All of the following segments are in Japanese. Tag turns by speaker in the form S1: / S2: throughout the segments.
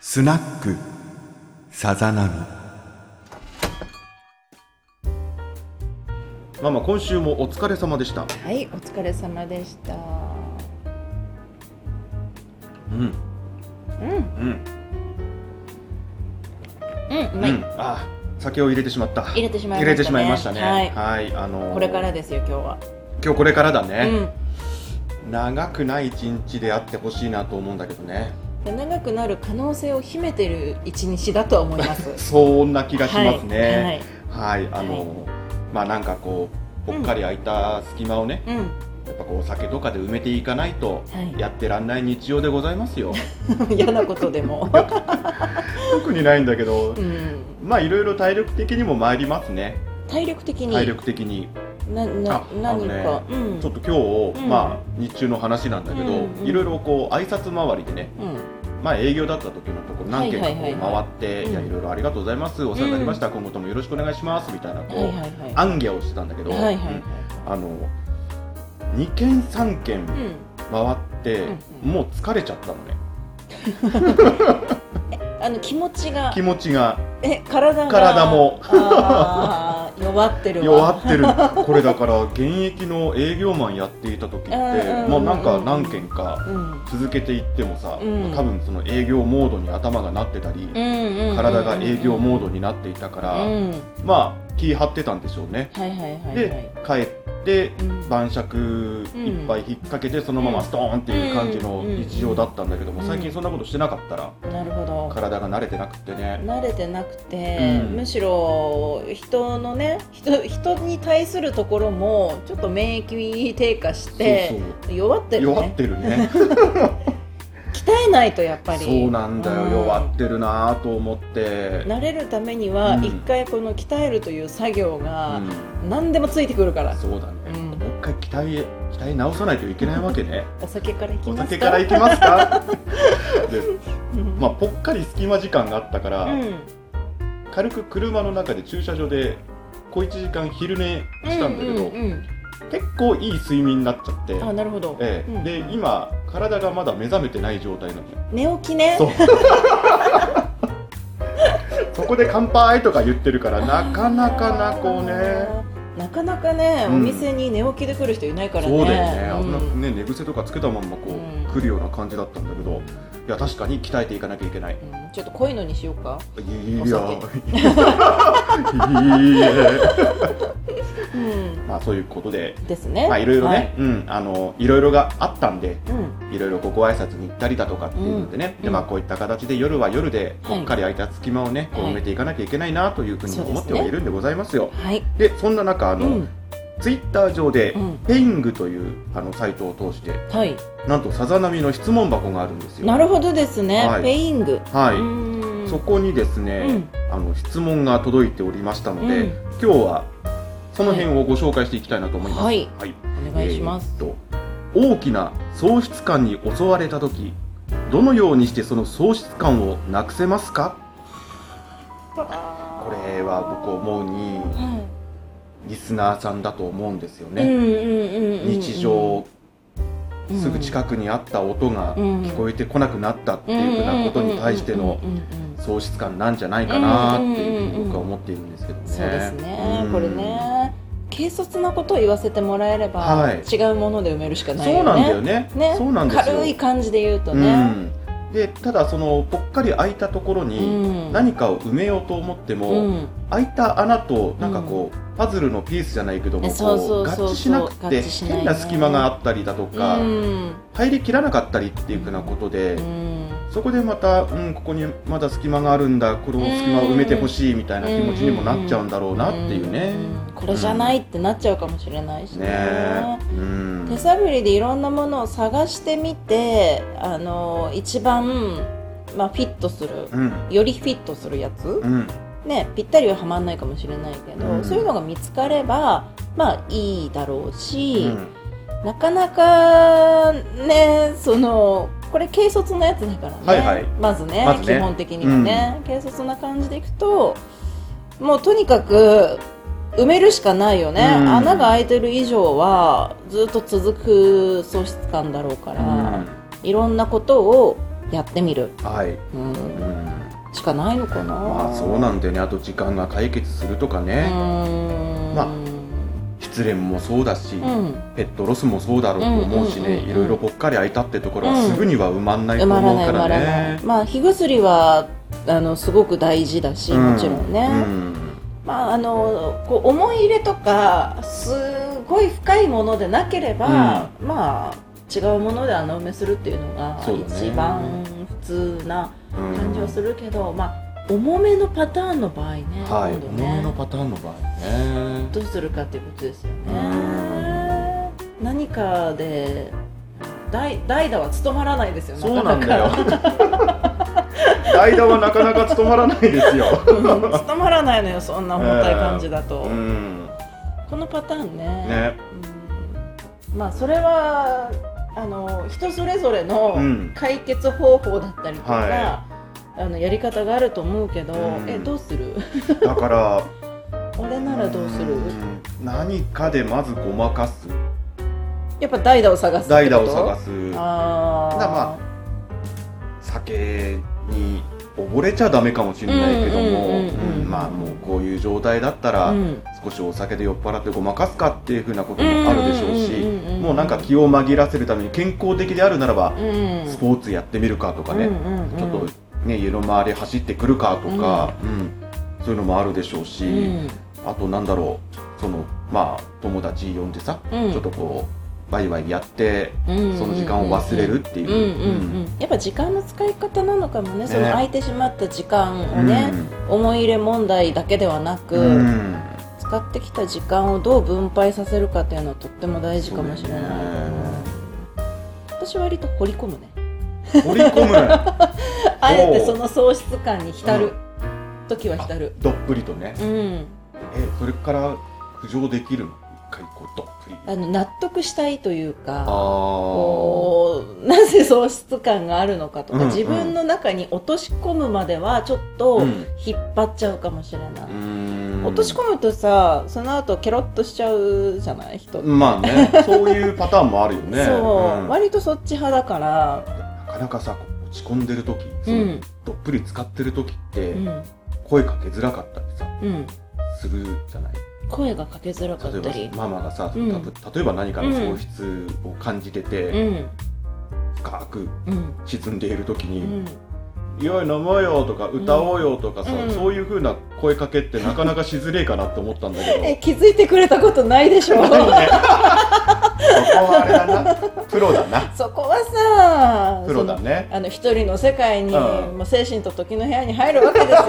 S1: スナックさざ波ママ今週もお疲れ様でした
S2: はい、お疲れ様でした。
S1: うん
S2: う
S1: う
S2: ん、
S1: ん
S2: うん、う
S1: う
S2: まい。
S1: んあ酒を入れてしまった
S2: 入れてしまいましたね。
S1: 入れてしまいましたね
S2: はい。
S1: はいあのー
S2: これからですよ、今日は。
S1: 今日これからだ
S2: う
S1: ね、
S2: ん。
S1: 長くない一日であってほしいなと思うんだけどね
S2: で長くなる可能性を秘めてる一日だとは思います。
S1: そんな 気がしますねはい、
S2: はい
S1: あのーまあなんかこうぽっかり空いた隙間をね、
S2: はい。うん。
S1: やっぱこうお酒とかで埋めていかないと
S2: はい
S1: やってらんない日常でございますよ
S2: 嫌なことで も。
S1: 特にないんだけど
S2: うん。
S1: まあいろいろ体力的にも参りますね
S2: 体力的に。
S1: 体力的に、
S2: な、な
S1: あ、
S2: 何か。
S1: あ
S2: うん。
S1: ちょっと今日、
S2: うん
S1: まあ日中の話なんだけど、
S2: うんうん
S1: いろいろこう挨拶回りでね
S2: うん。
S1: まあ営業だった時のところ何件かこ
S2: はいうはいはいは
S1: 回
S2: い
S1: って「
S2: うん
S1: いやいろいろありがとうございますお世話になりました今後ともよろしくお願いします」みたいなこ
S2: はいうはいはい。
S1: 暗下をしてたんだけど、
S2: はいは
S1: う
S2: いはい
S1: ん。あの2件3件
S2: うん。
S1: 回って、
S2: うん
S1: もう疲れちゃったのね
S2: あの気持ちが
S1: 気。持ちが
S2: え、体が。
S1: 体も
S2: あー。弱ってる わ。
S1: 弱ってるこれだから現役の営業マンやっていた時って、
S2: うんうんうん
S1: まあ、なんか何件か
S2: うん。
S1: 続けていってもさ、
S2: うん
S1: 多分その営業モードに頭がなってたり、
S2: うんうんうん。
S1: 体が営業モードになっていたから、
S2: うん。
S1: まあ気張ってたんでしょうね、
S2: はいはいはいはい。
S1: で帰って
S2: うん
S1: 晩酌いっぱい引っ掛けてそのままストーンっていう感じの日常だったんだけども、
S2: うん
S1: 最近そんなことしてなかったら
S2: なるほど
S1: 体が慣れてなくってね
S2: 慣れてなくて、
S1: うん
S2: むしろ人のね人人に対するところもちょっと免疫低下して
S1: そう
S2: 弱って
S1: そう
S2: る
S1: 弱っ
S2: ね
S1: てるね
S2: 鍛えないとやっぱり
S1: そうなんだよ、
S2: うん
S1: 弱ってるなぁと思って
S2: 慣れるためには
S1: うん
S2: 一回この鍛えるという作業が
S1: うん
S2: 何でもついてくるから、
S1: そうだね、
S2: うん
S1: もう一回鍛え鍛え直さないといけないわけね
S2: お酒からいき
S1: お
S2: ますか
S1: 酒からいきますかで、
S2: うん
S1: まあ、ぽっかり隙間時間があったから、
S2: うん
S1: 軽く車の中で駐車場で小1時間昼寝したんだけど、
S2: うんうんうん
S1: 結構いい睡眠になっちゃって、
S2: あなるほど、
S1: ええ
S2: うん
S1: で今体がまだ目覚めてない状態なのよ
S2: 寝起きね
S1: そうそこで乾杯とか言ってるからなかなかなこうね
S2: なかなかね、
S1: うん
S2: お店に寝起きで来る人いないからね
S1: そうだよね、あんな
S2: うん
S1: ね寝癖とかつけたまんまこう、
S2: うん
S1: 来るような感じだったんだけどいや確かに鍛えていかなきゃいけない
S2: うんちょっと濃いのにしようか、
S1: いや
S2: お
S1: い や
S2: うん、
S1: まあそういうことで
S2: ですね
S1: まあいろいろね、
S2: はい
S1: うんあのいろいろがあったんで
S2: うん
S1: いろいろこうご挨拶に行ったりだとかっていうのでね、
S2: うん
S1: でまあこういった形で夜は夜で
S2: はい
S1: ぽっかり空いた隙間をね、こう
S2: はい
S1: 埋めていかなきゃいけないなというふうに思ってはいるんでございますよ、
S2: はい
S1: でそんな中あ
S2: う
S1: の、
S2: ん
S1: ツイッター上で、
S2: うん
S1: ペイングというあのサイトを通して
S2: はい
S1: なんとさざ波の質問箱があるんですよ
S2: なるほどですね、
S1: はい
S2: ペイング
S1: は
S2: う
S1: い、
S2: ーん
S1: そこにです
S2: う
S1: ね
S2: ん、
S1: あの質問が届いておりましたので、
S2: うん
S1: 今日はその辺をご紹介していきたいなと思います。
S2: はい
S1: はい、
S2: お願いします、
S1: えーっと大きな喪失感に襲われた時、どのようにしてその喪失感をなくせますか？こ
S2: こ
S1: れは僕思うに
S2: は
S1: リスナーさんだと思うんですよ
S2: い、うん
S1: ね。
S2: うんうんうんうん
S1: 日常すぐ近くにあった音が聞こえてこなくなったっていうふうなことに対しての
S2: うんうんうんうんうんうん
S1: 喪失感なんじゃないかなっていうふうに僕は思っているんですけどね。
S2: そうですね、
S1: うん
S2: これ。ね軽率なことを言わせてもらえれば、
S1: はい
S2: 違うもので埋めるしかない
S1: そ
S2: よね
S1: うなんだよね。
S2: ね
S1: そうなんですよ。
S2: 軽い感じで言うと
S1: う
S2: ね、
S1: ん。で、ただそのぽっかり空いたところ
S2: う
S1: に
S2: ん
S1: 何かを埋めようと思っても、
S2: うん
S1: 空いた穴となんかこう、パズルのピースじゃないけども、こ
S2: そうそう
S1: 合
S2: そうそう
S1: 致しなく
S2: 合
S1: て
S2: 致しないね
S1: 変な隙間があったりだとか、
S2: うん
S1: 入りきらなかったりっていうふうなことで。
S2: うん
S1: そこでまた、うん、ここにまだ隙間があるんだこの隙間を埋めてほしいみたいな気持ちにもなっちゃうんだろうなっていうね。
S2: うんこれじゃないってなっちゃうかもしれないし
S1: ね
S2: ね
S1: え、うん、
S2: 手探りでいろんなものを探してみてあの一番、まあ、フィットする
S1: うん
S2: よりフィットするやつ、
S1: うん
S2: ね、ぴったりははまんないかもしれないけど、
S1: うん
S2: そういうのが見つかればまあいいだろう
S1: う
S2: し、
S1: ん
S2: なかなかねそのこれ軽率なやつだからね、
S1: はいはい
S2: まずね
S1: まずね
S2: 基本的にはね、軽率な感じでいくともうとにかく埋めるしかないよね、
S1: うん
S2: 穴が開いてる以上はずっと続く喪失感だろうから、いろんなことをやってみる、
S1: はい、
S2: うん、
S1: うん、
S2: しかないのかな
S1: まあそうなんだよねあと時間が解決するとかね、
S2: うん
S1: まあ失恋もそうだし、
S2: うん
S1: ペットロスもそうだろうと思うしね、
S2: うんうんうんうん
S1: いろいろぽっかり空いたってところは
S2: うん
S1: すぐには埋まんないと
S2: 埋まら
S1: 思う
S2: ない
S1: か
S2: 埋
S1: ら
S2: まらない
S1: ね、
S2: まあ火薬はあのすごく大事だし、
S1: う
S2: もちろんね、
S1: うん
S2: まああのこう思い入れとかすごい深いものでなければ、まあ違うもので穴埋めするっていうのが
S1: そうだね
S2: 一番普通な
S1: うん
S2: 感じはするけど、まあ重めのパターンの場合ね、
S1: はい、
S2: 今度
S1: お悩み
S2: ね
S1: のパターンの場合ね
S2: どうするかっていうことですよ
S1: う
S2: ね。何かで代代打は務まらないですよ
S1: そうなん
S2: か
S1: だよ代打はなかなか務まらないですよ
S2: うん務まらないのよそんな重たい感じだと、
S1: うん
S2: このパターンね
S1: ね
S2: うんまあそれはあの人それぞれの
S1: うん
S2: 解決方法だったりとか、
S1: は
S2: あのやり方があると思うけど、
S1: うん
S2: えどうする
S1: だから
S2: 俺ならどうする
S1: うん何かでまずごまかす
S2: やっぱ代打を探すってこと
S1: 代打を探
S2: す
S1: す
S2: あ
S1: だま
S2: あ
S1: 酒に溺れちゃダメかもしれないけども
S2: うんうんうんうん
S1: うんまあもうこういう状態だったら、
S2: うん
S1: 少しお酒で酔っ払ってごまかすかっていうふうなこともあるでしょうし
S2: うんうんうんうん
S1: もうなんか気を紛らせるために健康的であるならば、
S2: うん
S1: スポーツやってみるかとかね、
S2: うんうんうん
S1: ちょっとね家の周り走ってくるかとか、うんそういうのもあるでしょうし、
S2: うん
S1: あとなんだろうそのまあ友達呼んでさ、
S2: うん
S1: ちょっとこうワイワイやって、
S2: うんうんうん
S1: その時間を忘れるっていう
S2: うんうんうんやっぱ時間の使い方なのかもね
S1: ね
S2: その空いてしまった時間
S1: う
S2: を
S1: ん
S2: ね、思い入れ問題だけではなく、
S1: うん
S2: 使ってきた時間をどう分配させるかっていうのはとっても大事かもしれない、
S1: そうだよ ね
S2: 私割と掘り込むね
S1: 掘り込む
S2: あえてその喪失感に浸る時は浸る
S1: どっぷりとね、
S2: うん
S1: えそれから浮上できるの一回こうどっぷり
S2: あの納得したいというか
S1: あ
S2: こう なぜ喪失感があるのかとか、
S1: うんうん
S2: 自分の中に落とし込むまではちょっと
S1: うん
S2: 引っ張っちゃうかもしれない、
S1: 落
S2: 落とし込むとさその後ケロッとしちゃうじゃない人って、
S1: まあねそういうパターンもあるよね
S2: そう、
S1: ん
S2: 割とそっち派だから
S1: なかなかさこう落ち込んでる時そうの
S2: ん
S1: どっぷり使ってる時って、
S2: うん
S1: 声かけづらかったりさ
S2: うん
S1: するじゃない
S2: 声がかけづらかった
S1: 例え
S2: り
S1: ばママがさ、
S2: うん
S1: たと例えば何かの喪失を感じてて、
S2: うん
S1: 深く
S2: うん
S1: 沈んでいる時
S2: う
S1: に
S2: ん
S1: 「いよいよ飲もうよ」とか「歌おうよ」とかさ、
S2: うん
S1: そういうふうな声かけっ てなかなかしづれえかなと思ったんだけど
S2: え気づいてくれたことないでしょ
S1: そこはあれだなプロだな
S2: そこはさ
S1: プロだね
S2: そのあの一人の世界に、
S1: うん
S2: もう精神と時の部屋に入るわけです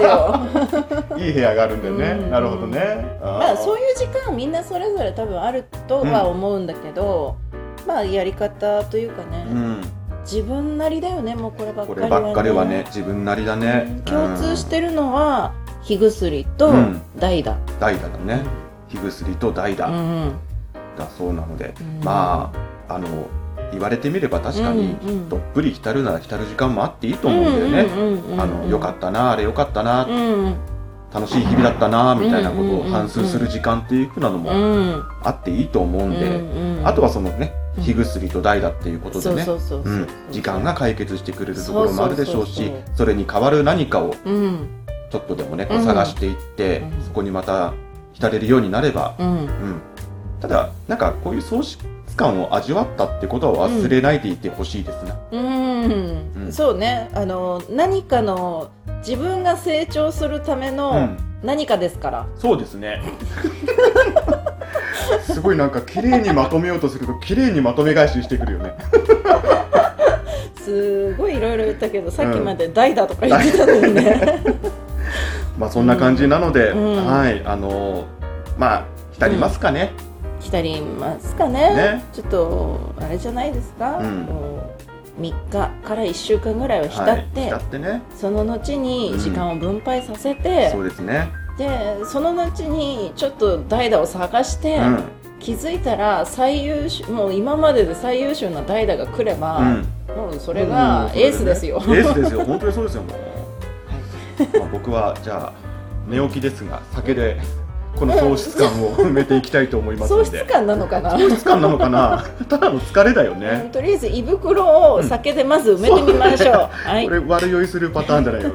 S2: よ
S1: いい部屋があるんだよね、
S2: うん
S1: なるほどね
S2: まあそう
S1: い
S2: いう時間みんなそれぞれ多分あるとは思うんだけど、まあやり方というかね、
S1: うん、
S2: 自分なりだよねもうこればっか
S1: こ
S2: り
S1: れ
S2: はね
S1: ばっかりはね自分なりだね
S2: 共通してるのは火薬と
S1: うん
S2: 代打、
S1: うん代打だね火薬と代
S2: う
S1: 打
S2: ん
S1: だそうなので、
S2: うん
S1: まああの言われてみれば確かに
S2: うんうん
S1: どっぷり浸るなら浸る時間もあっていいと思うんだよね、あのよか
S2: っ
S1: ったなあれよかったな、
S2: うん
S1: 楽しい日々だったなみたいなことを反芻する時間っていうふうなの
S2: う
S1: も
S2: ん
S1: あっていいと思うんで、
S2: うんうん
S1: あとはそのね
S2: うん
S1: 火薬と代打っていうことでね
S2: そうそうそうそううん
S1: 時間が解決してくれるところもあるでしょうしそれに代わる何かを
S2: うん
S1: ちょっとでもねこ
S2: う
S1: うん探していって、
S2: うん
S1: そこにまた浸れるようになれば、
S2: うん
S1: うんただなんかこういう喪失感を味わったってことは忘れないでいてほしいですな、
S2: うん、
S1: うん
S2: そうねあの何かの自分が成長するため
S1: う
S2: の
S1: ん
S2: 何かですから、
S1: そうですねすごいなんか綺麗にまとめようとすると綺麗にまとめ返ししてくるよね
S2: すごいいろいろ言ったけどさっきまで代打とか言ってたのにね、
S1: まあそんな感じなので、
S2: うん
S1: はいあのーまあ浸りますかね、
S2: 来たりますかね
S1: ね
S2: ちょっとあれじゃないですか、
S1: うん
S2: こう3日から1週間ぐらいは浸
S1: はい
S2: って、
S1: 浸ってね
S2: その後に時間を分配させて、
S1: そうですね、
S2: でその後にちょっと代打を探して、
S1: うん
S2: 気づいたら最優秀もう今までで最優秀な代打が来れば、
S1: うん
S2: もうそれがエースですよ、
S1: うんエースですよ本当にそうですよもうまあ僕はじゃあ寝起きですが酒でこの喪失感を埋めていきたいと思います
S2: 喪
S1: の
S2: 失
S1: で
S2: 感なのか な、
S1: 喪失感なのかなただの疲れだよ
S2: う
S1: ね
S2: んとりあえず胃袋を酒でまず埋めてみましょう、はい
S1: これ悪酔いするパターンじゃないよ